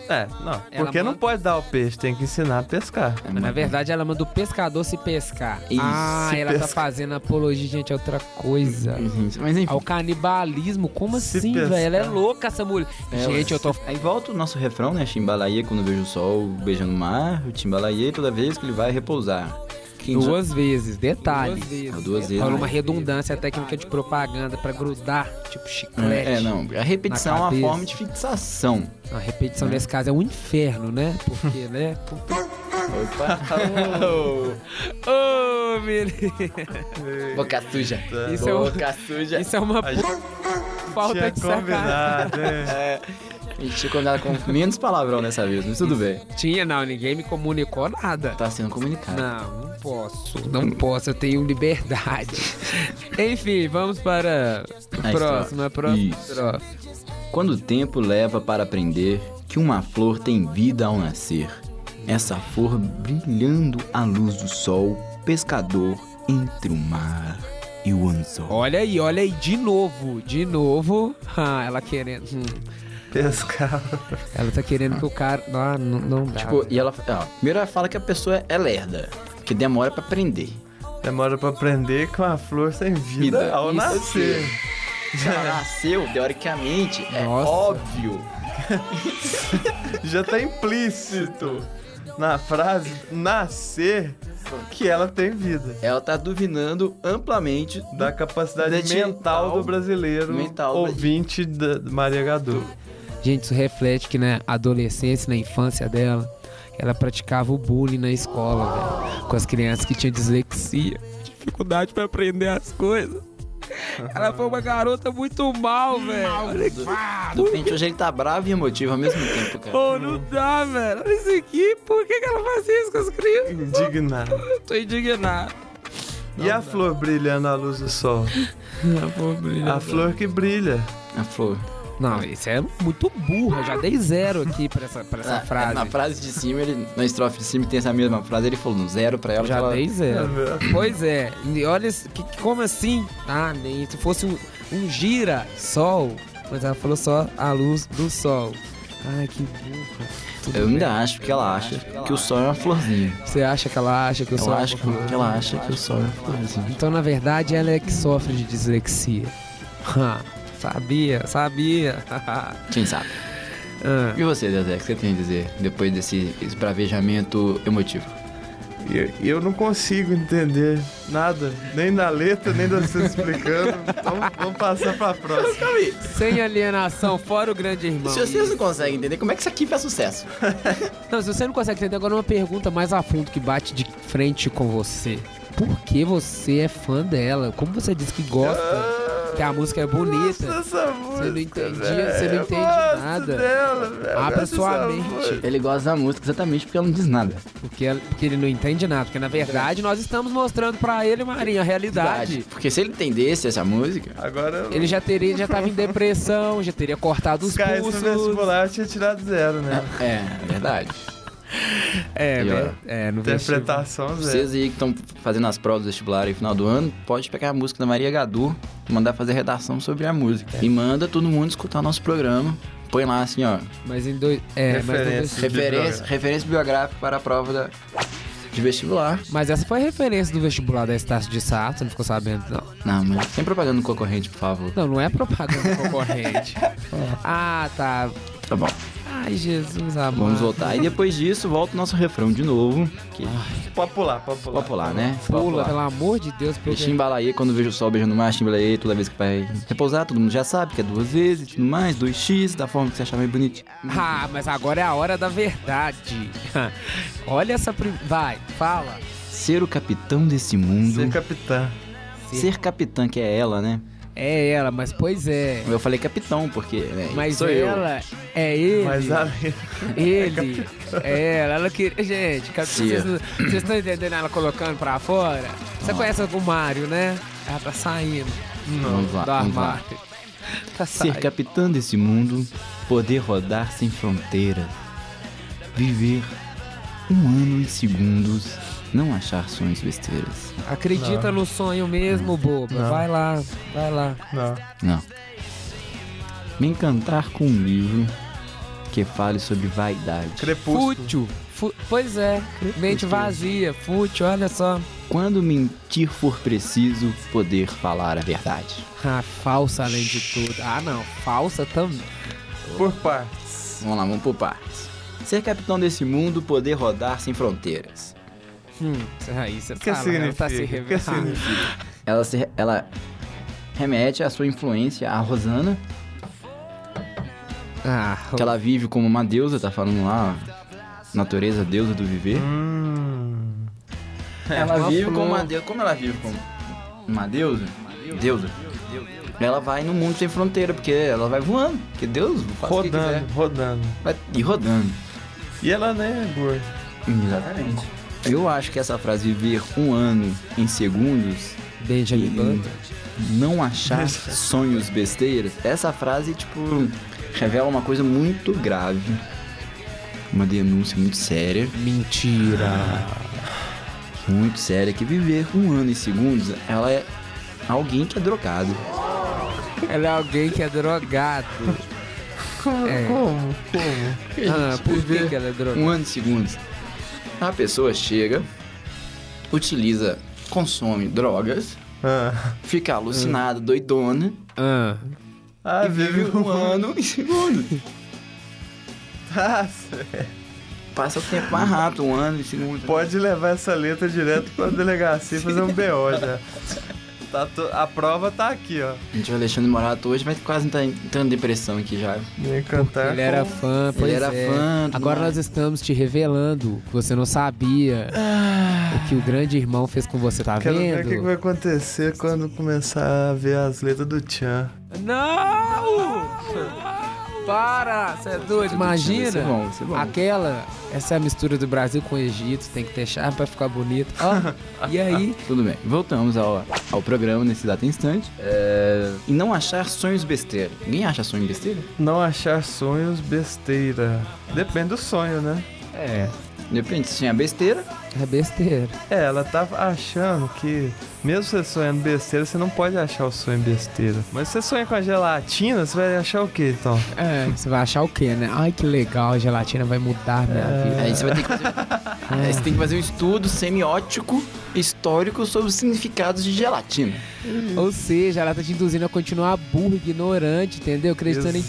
[SPEAKER 3] É, não,
[SPEAKER 4] Ela
[SPEAKER 3] porque não
[SPEAKER 4] manda-
[SPEAKER 3] pode dar o peixe, tem que ensinar a pescar.
[SPEAKER 4] Na verdade, ela manda o pescador se pescar.
[SPEAKER 2] Isso,
[SPEAKER 4] ah,
[SPEAKER 3] se
[SPEAKER 4] ela tá
[SPEAKER 3] pesca.
[SPEAKER 4] fazendo apologia, gente, é outra coisa.
[SPEAKER 2] Gente, Mas enfim.
[SPEAKER 4] Ao canibalismo, como
[SPEAKER 3] Se É,
[SPEAKER 4] assim,
[SPEAKER 3] pescar.
[SPEAKER 4] velho? Ela é louca, essa mulher.
[SPEAKER 2] É,
[SPEAKER 4] gente, eu tô.
[SPEAKER 2] Aí volta o nosso refrão, né? Chimbalaia, quando vejo o sol, beijando o mar. O Timbalaia toda vez que ele vai repousar. Quem já-
[SPEAKER 4] Duas vezes, detalhe. Duas
[SPEAKER 2] Ah, duas vezes.
[SPEAKER 4] Fala uma
[SPEAKER 2] né?
[SPEAKER 4] redundância técnica de propaganda pra grudar, tipo chiclete.
[SPEAKER 2] É, não. A repetição é uma
[SPEAKER 4] cabeça.
[SPEAKER 2] forma de fixação.
[SPEAKER 4] A repetição nesse caso é um inferno, né? Porque, né?
[SPEAKER 3] [laughs]
[SPEAKER 4] Puta- Ô, menino!
[SPEAKER 2] [laughs] Boca suja.
[SPEAKER 4] Isso é, um-
[SPEAKER 2] suja.
[SPEAKER 4] isso é uma
[SPEAKER 3] A gente
[SPEAKER 4] pu- falta
[SPEAKER 3] Tinha
[SPEAKER 4] de sacanagem.
[SPEAKER 3] combinado,
[SPEAKER 2] [laughs]
[SPEAKER 3] hein?
[SPEAKER 2] A gente tinha combinado com menos palavrão dessa vez, mas tudo bem.
[SPEAKER 4] Tinha, não, ninguém me comunicou nada.
[SPEAKER 2] Tá sendo comunicado.
[SPEAKER 4] Não, não posso, não posso, eu tenho liberdade. [laughs] Enfim, vamos para
[SPEAKER 2] A
[SPEAKER 4] a próxima,
[SPEAKER 2] estrofe.
[SPEAKER 4] próxima.
[SPEAKER 2] Isso.
[SPEAKER 4] estrofe.
[SPEAKER 2] Quando o tempo leva para aprender que uma flor tem vida ao nascer, essa flor brilhando à luz do sol, pescador entre o mar e o anzol.
[SPEAKER 4] Olha aí, olha aí, de novo, de novo. Ah, ela querendo. hum,
[SPEAKER 3] Pescar.
[SPEAKER 4] ela tá querendo que o cara. Ah, não, não dá.
[SPEAKER 2] Tipo, e ela, ó, primeiro ela fala que a pessoa é lerda, que demora pra aprender.
[SPEAKER 3] Demora pra aprender com a flor sem vida,
[SPEAKER 2] Vida.
[SPEAKER 3] ao
[SPEAKER 2] Isso.
[SPEAKER 3] nascer.
[SPEAKER 2] Se
[SPEAKER 4] [laughs]
[SPEAKER 2] ela nasceu, teoricamente, é
[SPEAKER 4] Nossa.
[SPEAKER 2] óbvio.
[SPEAKER 3] já tá implícito na frase nascer que ela tem vida.
[SPEAKER 2] Ela tá duvidando amplamente
[SPEAKER 3] Da capacidade
[SPEAKER 2] Da
[SPEAKER 3] mental do brasileiro
[SPEAKER 2] mental do
[SPEAKER 3] ouvinte da Maria Gadu.
[SPEAKER 4] Gente, isso reflete que na adolescência, na infância dela, ela praticava o bullying na escola, velho. Com as crianças que tinham dislexia, dificuldade pra aprender as coisas. Ela foi uma garota muito mal, velho. Olha que...
[SPEAKER 2] do pente. Hoje ele tá bravo e emotivo ao mesmo tempo,
[SPEAKER 4] [laughs]
[SPEAKER 2] cara.
[SPEAKER 4] Pô, não dá, velho. Olha isso aqui. Por que, que ela fazia isso com as crianças?
[SPEAKER 3] Indignado.
[SPEAKER 4] Eu tô indignado.
[SPEAKER 3] e a flor brilha na luz do sol?
[SPEAKER 7] A flor brilha.
[SPEAKER 3] A flor que brilha.
[SPEAKER 2] A flor.
[SPEAKER 4] Não, isso é muito burra. Já dei zero aqui pra essa, pra essa
[SPEAKER 2] É, Na-
[SPEAKER 4] frase.
[SPEAKER 2] Na frase de cima, ele, na estrofe de cima, que tem essa mesma frase, ele falou no zero pra ela. que
[SPEAKER 4] Já
[SPEAKER 2] ela-
[SPEAKER 4] dei zero. Pois é, e olha, esse- que, que- como assim? Ah, nem se fosse um, um gira sol, mas ela falou só a luz do sol. Ai, que burra. Tudo
[SPEAKER 2] Eu ainda
[SPEAKER 4] bem.
[SPEAKER 2] acho que ela acha que o sol é uma florzinha.
[SPEAKER 4] Você acha que ela acha que eu,
[SPEAKER 2] Eu
[SPEAKER 4] sou uma
[SPEAKER 2] acho que
[SPEAKER 4] burra?
[SPEAKER 2] ela acha que o sol é uma florzinha.
[SPEAKER 4] Então, na verdade, ela é que sofre de dislexia. Ha, sabia, sabia. [laughs] Ah,
[SPEAKER 2] Quem sabe? E você, Zezé, o que você tem a dizer depois desse esbravejamento emotivo?
[SPEAKER 3] E eu não consigo entender nada, nem da letra, nem da você explicando.
[SPEAKER 4] [laughs]
[SPEAKER 3] Então vamos passar pra próxima.
[SPEAKER 4] Sem alienação, fora o grande irmão.
[SPEAKER 2] não conseguem entender, como é que isso aqui faz sucesso?
[SPEAKER 4] Não, se você não consegue entender, agora uma pergunta mais a fundo que bate de frente com você. Por que você é fã dela? Como você diz que gosta, que a música é
[SPEAKER 3] Nossa,
[SPEAKER 4] bonita?
[SPEAKER 3] essa música,
[SPEAKER 4] entendia,
[SPEAKER 3] velho.
[SPEAKER 4] você não
[SPEAKER 3] Eu
[SPEAKER 4] entende
[SPEAKER 3] gosto
[SPEAKER 4] nada.
[SPEAKER 3] Dela, velho.
[SPEAKER 4] Abra
[SPEAKER 3] Essa
[SPEAKER 4] sua
[SPEAKER 3] música.
[SPEAKER 4] mente.
[SPEAKER 2] Ele gosta da música exatamente porque ela não diz nada.
[SPEAKER 4] Porque, ela- porque ele não entende nada. Porque, na verdade, nós estamos mostrando pra ele, Marinho, a realidade.
[SPEAKER 2] Porque se ele entendesse essa música,
[SPEAKER 3] Agora eu...
[SPEAKER 4] Ele já teria, já tava em depressão, já teria cortado os
[SPEAKER 3] Cara, esse
[SPEAKER 4] pulsos.
[SPEAKER 3] vestibular eu tinha tirado zero, né?
[SPEAKER 2] é, é verdade.
[SPEAKER 4] É,
[SPEAKER 2] E, ó,
[SPEAKER 4] né? é, no vestibular.
[SPEAKER 3] Interpretação zero.
[SPEAKER 2] Vocês aí que estão fazendo as provas do vestibular aí no final do ano, pode pegar a música da Maria Gadu, mandar fazer redação sobre a música. E manda todo mundo escutar o nosso programa. Põe lá assim, ó.
[SPEAKER 4] Mas em dois. É, mas, no
[SPEAKER 3] Referência.
[SPEAKER 4] vestibular-
[SPEAKER 2] Referência,
[SPEAKER 3] bibliográfico.
[SPEAKER 2] referência biográfica para a prova da- de vestibular.
[SPEAKER 4] mas essa foi a referência do vestibular da Estácio de Sá, você não ficou sabendo, não.
[SPEAKER 2] Não, mas sem propaganda concorrente, por favor.
[SPEAKER 4] Não, não é
[SPEAKER 2] [laughs]
[SPEAKER 4] propaganda concorrente. ah, tá.
[SPEAKER 2] Tá bom.
[SPEAKER 4] Ai, Jesus amado.
[SPEAKER 2] Vamos voltar. E depois disso, volta o nosso refrão de novo. Que é
[SPEAKER 3] Pode pular, pode pular.
[SPEAKER 2] popular, né?
[SPEAKER 4] Pula,
[SPEAKER 2] Popular.
[SPEAKER 4] pelo amor de Deus, pelo
[SPEAKER 2] E Chimbalaê, quando vejo o sol beijando o mar, Chimbalaê, toda vez que vai repousar, todo mundo já sabe que é duas vezes, tudo mais, dois x da forma que você achar mais bonito.
[SPEAKER 4] Ah, mas agora é a hora da verdade. [laughs] Olha essa. Prim... Vai, fala.
[SPEAKER 2] Ser o capitão desse mundo.
[SPEAKER 3] Ser capitã.
[SPEAKER 2] Ser capitã, que é ela, né?
[SPEAKER 4] É ela, mas pois é.
[SPEAKER 2] Eu falei capitão, porque. né,
[SPEAKER 4] Mas
[SPEAKER 2] sou eu.
[SPEAKER 4] ela é ele.
[SPEAKER 3] Mas a...
[SPEAKER 2] [laughs]
[SPEAKER 4] Ele é ela. Ela queria. Gente, cap-
[SPEAKER 2] Sim.
[SPEAKER 4] vocês não- vocês estão entendendo ela colocando pra fora? Você conhece o Mário, né? Ela tá saindo
[SPEAKER 2] Vamos lá,
[SPEAKER 4] do
[SPEAKER 2] vamos lá.
[SPEAKER 4] armário. Tá
[SPEAKER 2] Ser
[SPEAKER 4] saindo.
[SPEAKER 2] capitã desse mundo, poder rodar sem fronteiras, viver um ano em segundos, não achar sonhos besteiras.
[SPEAKER 4] Acredita no sonho mesmo, boba. Vai lá, vai lá.
[SPEAKER 3] Não.
[SPEAKER 2] Não. Me encantar com um livro que fale sobre vaidade.
[SPEAKER 3] Crepúsculo.
[SPEAKER 4] Fútil. Fu- pois é, mente vazia, fútil, olha só.
[SPEAKER 2] Quando mentir for preciso, poder falar a verdade.
[SPEAKER 4] Ah, falsa além de tudo. Ah, não, falsa também.
[SPEAKER 3] Por partes.
[SPEAKER 2] Vamos lá, vamos por partes. Ser capitão desse mundo, poder rodar sem fronteiras.
[SPEAKER 4] Hum, aí você
[SPEAKER 3] O que
[SPEAKER 4] sabe, ela
[SPEAKER 3] significa?
[SPEAKER 4] tá se
[SPEAKER 3] o que
[SPEAKER 4] revelando.
[SPEAKER 3] significa?
[SPEAKER 2] Ela, se- ela remete à sua influência à Rosana,
[SPEAKER 4] Ah,
[SPEAKER 2] que ela vive como uma deusa, tá falando lá, natureza, deusa do viver.
[SPEAKER 3] Hum.
[SPEAKER 2] Ela
[SPEAKER 4] uma
[SPEAKER 2] vive
[SPEAKER 4] flor.
[SPEAKER 2] como uma deusa. Como ela vive como uma deusa? Deusa. Ela vai no mundo sem fronteira, porque ela vai voando. Porque Deus faz o que quiser.
[SPEAKER 3] Rodando, rodando.
[SPEAKER 2] Vai e rodando.
[SPEAKER 3] E ela nem é gorda.
[SPEAKER 2] Exatamente. Eu acho que essa frase viver um ano em segundos
[SPEAKER 4] Benjamin
[SPEAKER 2] Hum.
[SPEAKER 4] Button.
[SPEAKER 2] não achar sonhos besteiras, essa frase, tipo, revela uma coisa muito grave. Uma denúncia muito séria.
[SPEAKER 4] Mentira.
[SPEAKER 2] Muito séria. Que viver um ano em segundos, ela é alguém que é drogado.
[SPEAKER 4] Ela é alguém que é drogado.
[SPEAKER 3] Como?
[SPEAKER 4] É.
[SPEAKER 3] Como? Como?
[SPEAKER 4] Ah, por que, que ela é drogada?
[SPEAKER 2] Um ano e segundos. A pessoa chega, utiliza, consome drogas,
[SPEAKER 3] Ah,
[SPEAKER 2] fica alucinada,
[SPEAKER 4] [laughs]
[SPEAKER 2] doidona,
[SPEAKER 4] Ah,
[SPEAKER 3] ah
[SPEAKER 2] e vive um ano e segundos.
[SPEAKER 3] [laughs] Ah, sério.
[SPEAKER 2] Passa o tempo mais rápido, um ano e segundos.
[SPEAKER 3] Pode levar essa letra direto pra delegacia e fazer um BO
[SPEAKER 4] [laughs]
[SPEAKER 3] já. Tá to- A prova tá aqui, ó.
[SPEAKER 2] A gente vai Alexandre Morato hoje, mas quase tá entrando em depressão aqui já.
[SPEAKER 3] Me encantar.
[SPEAKER 4] ele era
[SPEAKER 3] com-
[SPEAKER 4] fã, pois
[SPEAKER 2] era
[SPEAKER 4] é.
[SPEAKER 2] fã, tudo
[SPEAKER 4] Agora
[SPEAKER 2] mais.
[SPEAKER 4] nós estamos te revelando que você não sabia o que o grande irmão fez com você, tá
[SPEAKER 3] Quero ver o
[SPEAKER 4] vendo?
[SPEAKER 3] que que vai acontecer quando começar a ver as letras do Tchan.
[SPEAKER 4] Não! Para! Você é doido,
[SPEAKER 2] Isso é
[SPEAKER 4] imagina!
[SPEAKER 2] bom, isso é bom.
[SPEAKER 4] Aquela, essa é a mistura do Brasil com o Egito, tem que ter charme pra ficar bonito. Ó, e aí?
[SPEAKER 2] Tudo bem, voltamos ao, ao programa nesse data instante. É, E não achar sonhos besteira. Ninguém acha sonho besteira?
[SPEAKER 3] Não achar sonhos besteira. Depende do sonho, né?
[SPEAKER 4] É.
[SPEAKER 2] Depende se tinha besteira.
[SPEAKER 4] É besteira.
[SPEAKER 3] É, ela tava achando que, mesmo você sonhando besteira, você não pode achar o sonho besteira. Mas se você sonha com a gelatina, você vai achar o quê, então?
[SPEAKER 4] É, você vai achar o quê, né? Ai, que legal, a gelatina vai mudar minha vida.
[SPEAKER 2] Aí você vai ter que fazer, aí você tem que fazer um estudo semiótico histórico sobre os significados de gelatina.
[SPEAKER 4] Ou seja, ela tá te induzindo a continuar burro, ignorante, entendeu? Acreditando em,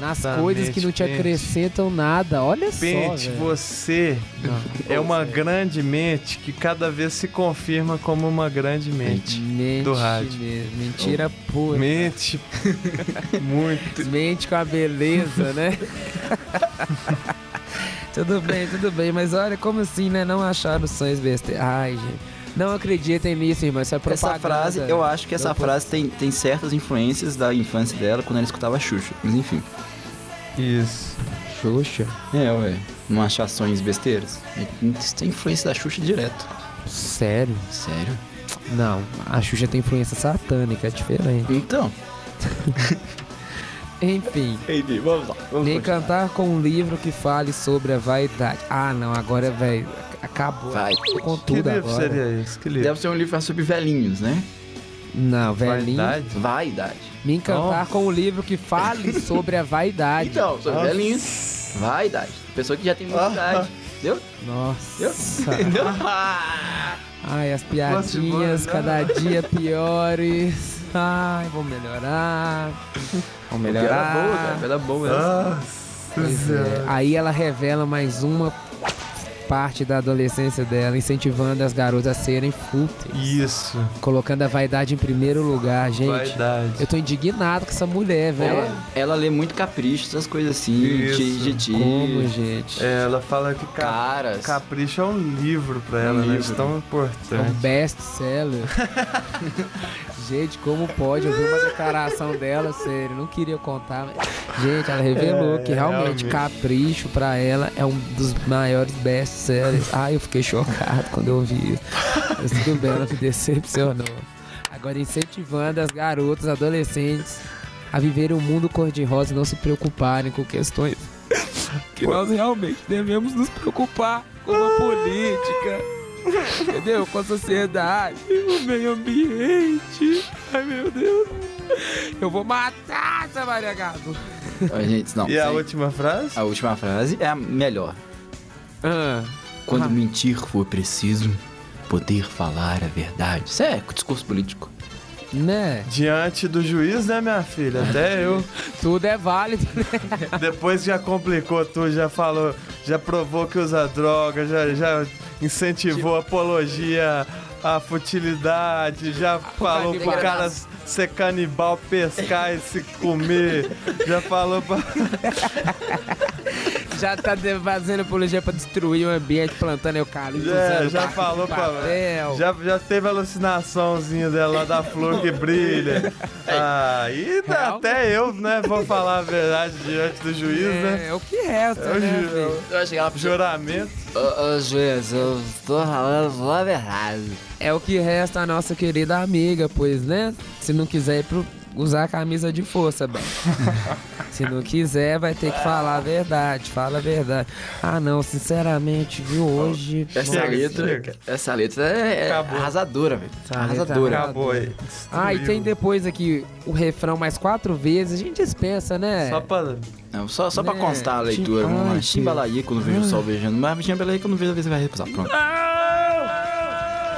[SPEAKER 4] nas coisas que não te
[SPEAKER 3] acrescentam.
[SPEAKER 4] acrescentam nada. Olha
[SPEAKER 3] Pente,
[SPEAKER 4] só, velho.
[SPEAKER 3] você é uma grande mente que cada vez se confirma como uma grande mente.
[SPEAKER 4] Mente
[SPEAKER 3] do rádio.
[SPEAKER 4] mesmo, mentira pura.
[SPEAKER 3] Mente
[SPEAKER 4] [laughs]
[SPEAKER 3] muito.
[SPEAKER 4] Mente com a beleza, né? [laughs] tudo bem, tudo bem, mas olha, como assim, né? Não acharam os sonhos besteira. Ai, gente. Não acreditem nisso, irmão. Isso é propaganda.
[SPEAKER 2] Essa frase, eu acho que essa
[SPEAKER 4] Eu-
[SPEAKER 2] frase tem, tem certas influências da infância dela quando ela escutava Xuxa. Mas enfim.
[SPEAKER 3] Isso.
[SPEAKER 4] Xuxa.
[SPEAKER 2] É, ué. Não achar sonhos besteiras. É- Isso tem influência da Xuxa direto.
[SPEAKER 4] Sério?
[SPEAKER 2] Sério?
[SPEAKER 4] Não, a Xuxa tem influência satânica, é diferente.
[SPEAKER 2] Então.
[SPEAKER 4] Enfim,
[SPEAKER 2] Entendi, vamos lá. Vamos
[SPEAKER 4] nem cantar com um livro que fale sobre a vaidade. Ah, não, agora, velho, acabou.
[SPEAKER 2] Vai.
[SPEAKER 4] Tô com
[SPEAKER 3] Que
[SPEAKER 4] tudo
[SPEAKER 3] livro
[SPEAKER 4] agora.
[SPEAKER 3] seria esse? Que livro?
[SPEAKER 2] Deve ser um livro sobre velhinhos, né?
[SPEAKER 4] Não, velhinho.
[SPEAKER 3] Vaidade?
[SPEAKER 2] Vaidade.
[SPEAKER 4] Me encantar com um livro que fale sobre a vaidade.
[SPEAKER 2] Então, sobre
[SPEAKER 3] Nossa.
[SPEAKER 2] velhinhos. Vaidade. Pessoa que já tem muita
[SPEAKER 3] Ah.
[SPEAKER 2] idade. Entendeu?
[SPEAKER 4] Nossa.
[SPEAKER 2] Entendeu? Ah.
[SPEAKER 4] Ai, as
[SPEAKER 3] Fosse embora,
[SPEAKER 2] né?
[SPEAKER 4] piadinhas
[SPEAKER 3] não.
[SPEAKER 4] cada dia piores. Ai, vou melhorar.
[SPEAKER 2] Piada
[SPEAKER 4] Vou melhorar.
[SPEAKER 2] é boa, cara. Piada boa.
[SPEAKER 3] Ah.
[SPEAKER 2] né?
[SPEAKER 3] Nossa
[SPEAKER 4] Pois é.
[SPEAKER 3] Senhora.
[SPEAKER 4] Aí ela revela mais uma parte da adolescência dela, incentivando as garotas a serem fúteis.
[SPEAKER 3] Isso.
[SPEAKER 4] Colocando a vaidade em primeiro lugar, gente.
[SPEAKER 3] Vaidade.
[SPEAKER 4] Eu tô indignado com essa mulher, velho.
[SPEAKER 2] Ela, ela lê muito capricho, essas coisas assim.
[SPEAKER 3] Isso.
[SPEAKER 2] Titi,
[SPEAKER 4] Como, gente?
[SPEAKER 3] É, Ela fala que ca-
[SPEAKER 2] caras.
[SPEAKER 3] capricho é um livro pra ela, né?
[SPEAKER 2] livro.
[SPEAKER 3] De tão
[SPEAKER 4] É um
[SPEAKER 3] importante.
[SPEAKER 4] best
[SPEAKER 2] [laughs]
[SPEAKER 4] seller. gente, como pode? Eu vi uma declaração dela, sério, não queria contar. mas- Gente, ela revelou
[SPEAKER 3] É,
[SPEAKER 4] que realmente
[SPEAKER 3] realmente.
[SPEAKER 4] Capricho pra ela é um dos maiores best sellers. Ai, eu fiquei chocado quando eu vi isso. Mas tudo bem, ela me decepcionou. Agora incentivando as garotas, adolescentes a viverem um mundo cor-de-rosa e não se preocuparem com questões que nós realmente devemos nos preocupar com a política entendeu? Com a sociedade, o meio ambiente. Ai, meu Deus. Eu vou matar essa Maria Gato.
[SPEAKER 2] Ó, Gente, não.
[SPEAKER 3] E a
[SPEAKER 2] sem-
[SPEAKER 3] última frase?
[SPEAKER 2] a última frase é a melhor. Quando
[SPEAKER 4] Ah.
[SPEAKER 2] mentir for preciso, poder falar a verdade. Isso é discurso político.
[SPEAKER 4] Né?
[SPEAKER 3] Diante do juiz, né, minha filha? Até eu.
[SPEAKER 4] Tudo é válido.
[SPEAKER 3] Depois já complicou tudo, já falou, já provou que usa droga, já, já incentivou a
[SPEAKER 4] Tipo-
[SPEAKER 3] apologia à futilidade, já
[SPEAKER 4] Tipo,
[SPEAKER 3] falou pro cara ser canibal, pescar e se comer, já
[SPEAKER 4] [laughs]
[SPEAKER 3] falou pra.
[SPEAKER 4] [laughs] Já tá de- fazendo apologia pra destruir o ambiente, plantando eucalipto.
[SPEAKER 3] É,
[SPEAKER 4] usando
[SPEAKER 3] já
[SPEAKER 4] barco de
[SPEAKER 3] falou pra-
[SPEAKER 4] papel.
[SPEAKER 3] Já, já teve alucinaçãozinha dela lá da flor
[SPEAKER 4] [laughs]
[SPEAKER 3] que brilha.
[SPEAKER 4] É.
[SPEAKER 3] Aí
[SPEAKER 4] Real?
[SPEAKER 3] Ah, até eu, né, vou falar a verdade diante do juiz, né?
[SPEAKER 4] É, é o que resta,
[SPEAKER 3] Eu
[SPEAKER 4] né,
[SPEAKER 3] ju-
[SPEAKER 4] filho?
[SPEAKER 2] Eu achei ela
[SPEAKER 3] Juramento.
[SPEAKER 2] Ô, juiz, eu tô falando a verdade.
[SPEAKER 4] É o que resta a nossa querida amiga, pois, né? Se não quiser ir pro- usar a camisa de força,
[SPEAKER 3] [laughs]
[SPEAKER 4] bem. Se não quiser, vai ter que falar a verdade. Fala a verdade. Ah, não, sinceramente, viu? Hoje.
[SPEAKER 2] Essa
[SPEAKER 3] Chega,
[SPEAKER 2] letra,
[SPEAKER 3] chega.
[SPEAKER 2] essa letra é, é
[SPEAKER 3] Acabou.
[SPEAKER 2] arrasadora, velho.
[SPEAKER 4] Essa letra
[SPEAKER 2] Arrasadora.
[SPEAKER 4] acabou.
[SPEAKER 3] Acabou aí.
[SPEAKER 4] Ah, e tem depois aqui o refrão mais quatro vezes. A gente dispensa, né?
[SPEAKER 3] Só pra.
[SPEAKER 2] Não, só só pra
[SPEAKER 4] Né?
[SPEAKER 2] constar a leitura,
[SPEAKER 4] Tim-
[SPEAKER 2] vamos
[SPEAKER 4] Ai,
[SPEAKER 2] lá.
[SPEAKER 4] Deus.
[SPEAKER 2] Chimbalaia quando vejo o sol beijando. Mas Chimbalaia quando vejo a vez vai repousar. Pronto.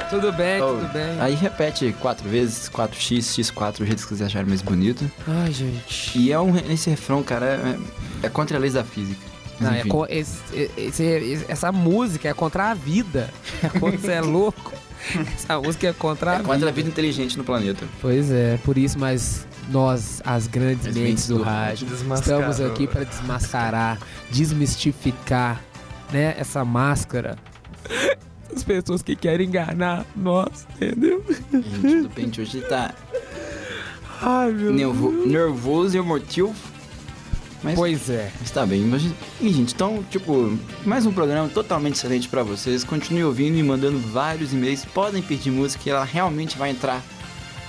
[SPEAKER 4] Tudo bem,
[SPEAKER 2] Oh,
[SPEAKER 4] Ah, tudo bem.
[SPEAKER 2] Aí repete quatro vezes, 4x, x4, o jeito que vocês acharem mais bonito.
[SPEAKER 4] Ai, gente.
[SPEAKER 2] E é um, esse refrão, cara, é, é contra a lei da física. Mas
[SPEAKER 4] Não, é
[SPEAKER 2] enfim.
[SPEAKER 4] co- esse- esse- essa música é contra a vida. Você
[SPEAKER 2] [laughs]
[SPEAKER 4] é louco. Essa música é contra a
[SPEAKER 2] É
[SPEAKER 4] vida.
[SPEAKER 2] contra a vida inteligente no planeta.
[SPEAKER 4] [laughs] Pois é, por isso, mas nós, as grandes
[SPEAKER 2] As
[SPEAKER 4] mentes do, rádio,
[SPEAKER 3] Desmascarou.
[SPEAKER 4] estamos aqui para desmascarar, desmistificar, né, essa máscara. As pessoas que querem enganar nós, entendeu?
[SPEAKER 2] Gente, do pente hoje tá
[SPEAKER 4] Ai, meu
[SPEAKER 2] nervo- nervoso e emotivo. Mas,
[SPEAKER 4] Pois é.
[SPEAKER 2] mas tá bem. Mas, e, gente, então, tipo, mais um programa totalmente excelente pra vocês. Continue ouvindo e mandando vários e-mails. Podem pedir música que ela realmente vai entrar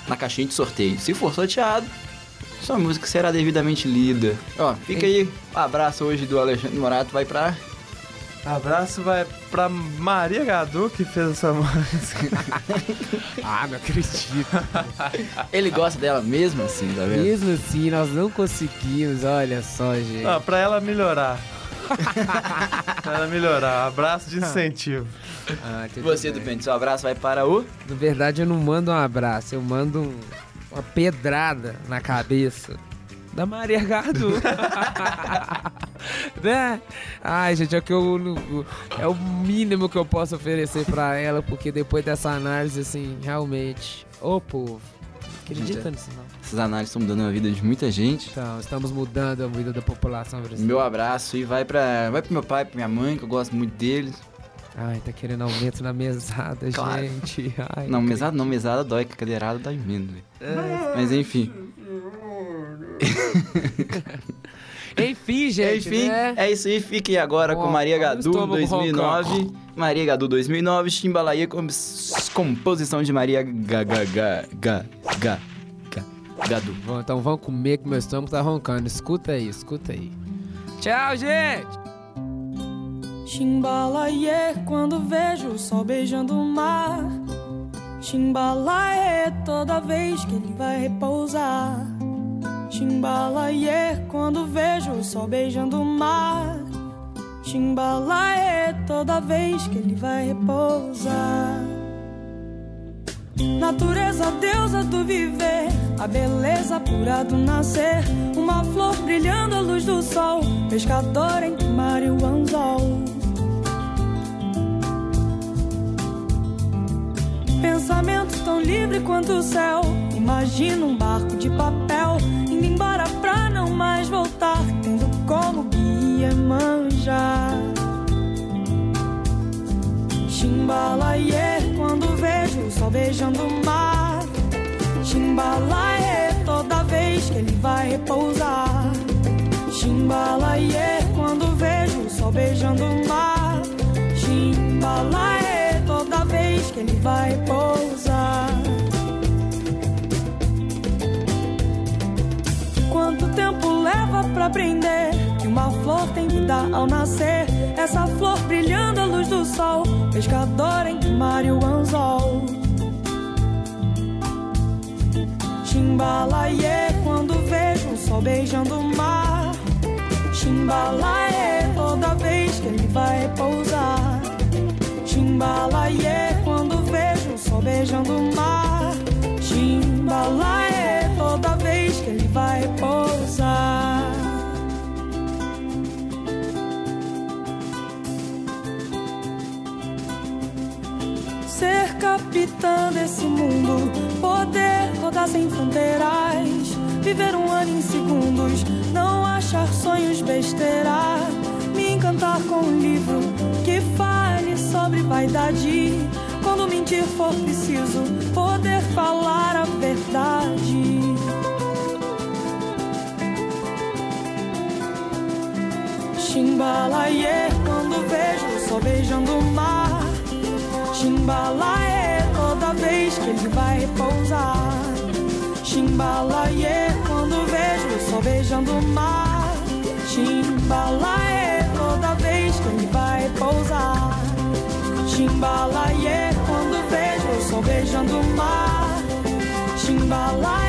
[SPEAKER 2] na caixinha de sorteio. Se for sorteado, sua música será devidamente lida. Ó, fica aí. Um abraço hoje do Alexandre Morato. Vai pra.
[SPEAKER 3] Abraço vai pra Maria Gadu, que fez essa música.
[SPEAKER 4] Ah,
[SPEAKER 2] [laughs]
[SPEAKER 4] não acredito.
[SPEAKER 2] Ah, Ele gosta dela mesmo assim, tá vendo?
[SPEAKER 4] Mesmo assim, nós não conseguimos, olha só, gente.
[SPEAKER 2] Ah,
[SPEAKER 3] Não, pra ela melhorar. [laughs] pra ela melhorar. Abraço de incentivo.
[SPEAKER 4] Ah, tudo
[SPEAKER 2] Você, é
[SPEAKER 4] bem.
[SPEAKER 2] Dupente, seu abraço vai para o.
[SPEAKER 4] Na verdade, eu não mando um abraço, eu mando um- uma pedrada na cabeça da Maria Gadu. [laughs] né? Ai, gente, é o que eu não- é o mínimo que eu posso oferecer pra ela, porque depois dessa análise, assim, realmente, ô povo, acredita nisso não?
[SPEAKER 2] Essas análises estão mudando a vida de muita gente.
[SPEAKER 4] Então, estamos mudando a vida da população brasileira.
[SPEAKER 2] Meu abraço e vai para vai pro meu pai, pra minha mãe, que eu gosto muito deles.
[SPEAKER 4] Ai, tá querendo aumento na mesada,
[SPEAKER 2] Claro.
[SPEAKER 4] gente. Ai,
[SPEAKER 2] Não, mesada não, mesada dói, que cadeirada dói menos, velho.
[SPEAKER 4] É.
[SPEAKER 2] Mas enfim.
[SPEAKER 4] Enfim, gente,
[SPEAKER 2] enfim,
[SPEAKER 4] né?
[SPEAKER 2] é isso aí. Fique agora
[SPEAKER 4] Ó,
[SPEAKER 2] com Maria
[SPEAKER 4] olha o
[SPEAKER 2] Gadu
[SPEAKER 4] estômago
[SPEAKER 2] 2009. Maria Gadu 2009, Chimbalaia, com composição de Maria Gaga Gadu.
[SPEAKER 4] Bom, então vamos comer que meu estômago tá roncando. Escuta aí, escuta aí. Tchau, gente!
[SPEAKER 7] Chimbalaie, quando vejo o sol beijando o mar. Chimbalaie, toda vez que ele vai repousar. Chimbalaie, quando vejo o sol beijando o mar. Chimbalaie, toda vez que ele vai repousar. Natureza, deusa do viver, a beleza pura do nascer. Uma flor brilhando à luz do sol, pescador entre o mar e o anzol. Pensamento tão livre quanto o céu. Imagina um barco de papel indo embora pra não mais voltar, tendo como guia manjar. Chimbalaie, quando vejo o sol beijando o mar. Chimbalaie, toda vez que ele vai repousar. Chimbalaie, quando vejo o sol beijando o mar. Chimbalaie, toda vez que ele vai pousar. Quanto tempo leva pra aprender que uma flor tem vida ao nascer? Essa flor brilhando à luz do sol, pescador entre o mar e o anzol. Chimbalaie, quando vejo o sol beijando o mar. Chimbalaie, toda vez que ele vai pousar. Chimbalaie, quando vejo o sol beijando o mar. Chimbalaie, toda vez que ele vai pousar. Ser capitã desse mundo, poder rodar sem fronteiras, viver um ano em segundos, não achar sonhos besteira, me encantar com um livro que fale sobre vaidade. Quando mentir for preciso, poder falar a verdade. Chimbalaie, quando vejo o sol beijando o mar. Chimbalaie, é toda vez que ele vai pousar. Chimbalaie, quando vejo o sol beijando o mar. Chimbalaie, toda vez que ele vai pousar. é Chimbalaie, quando vejo o sol beijando o mar. Chimbalaie.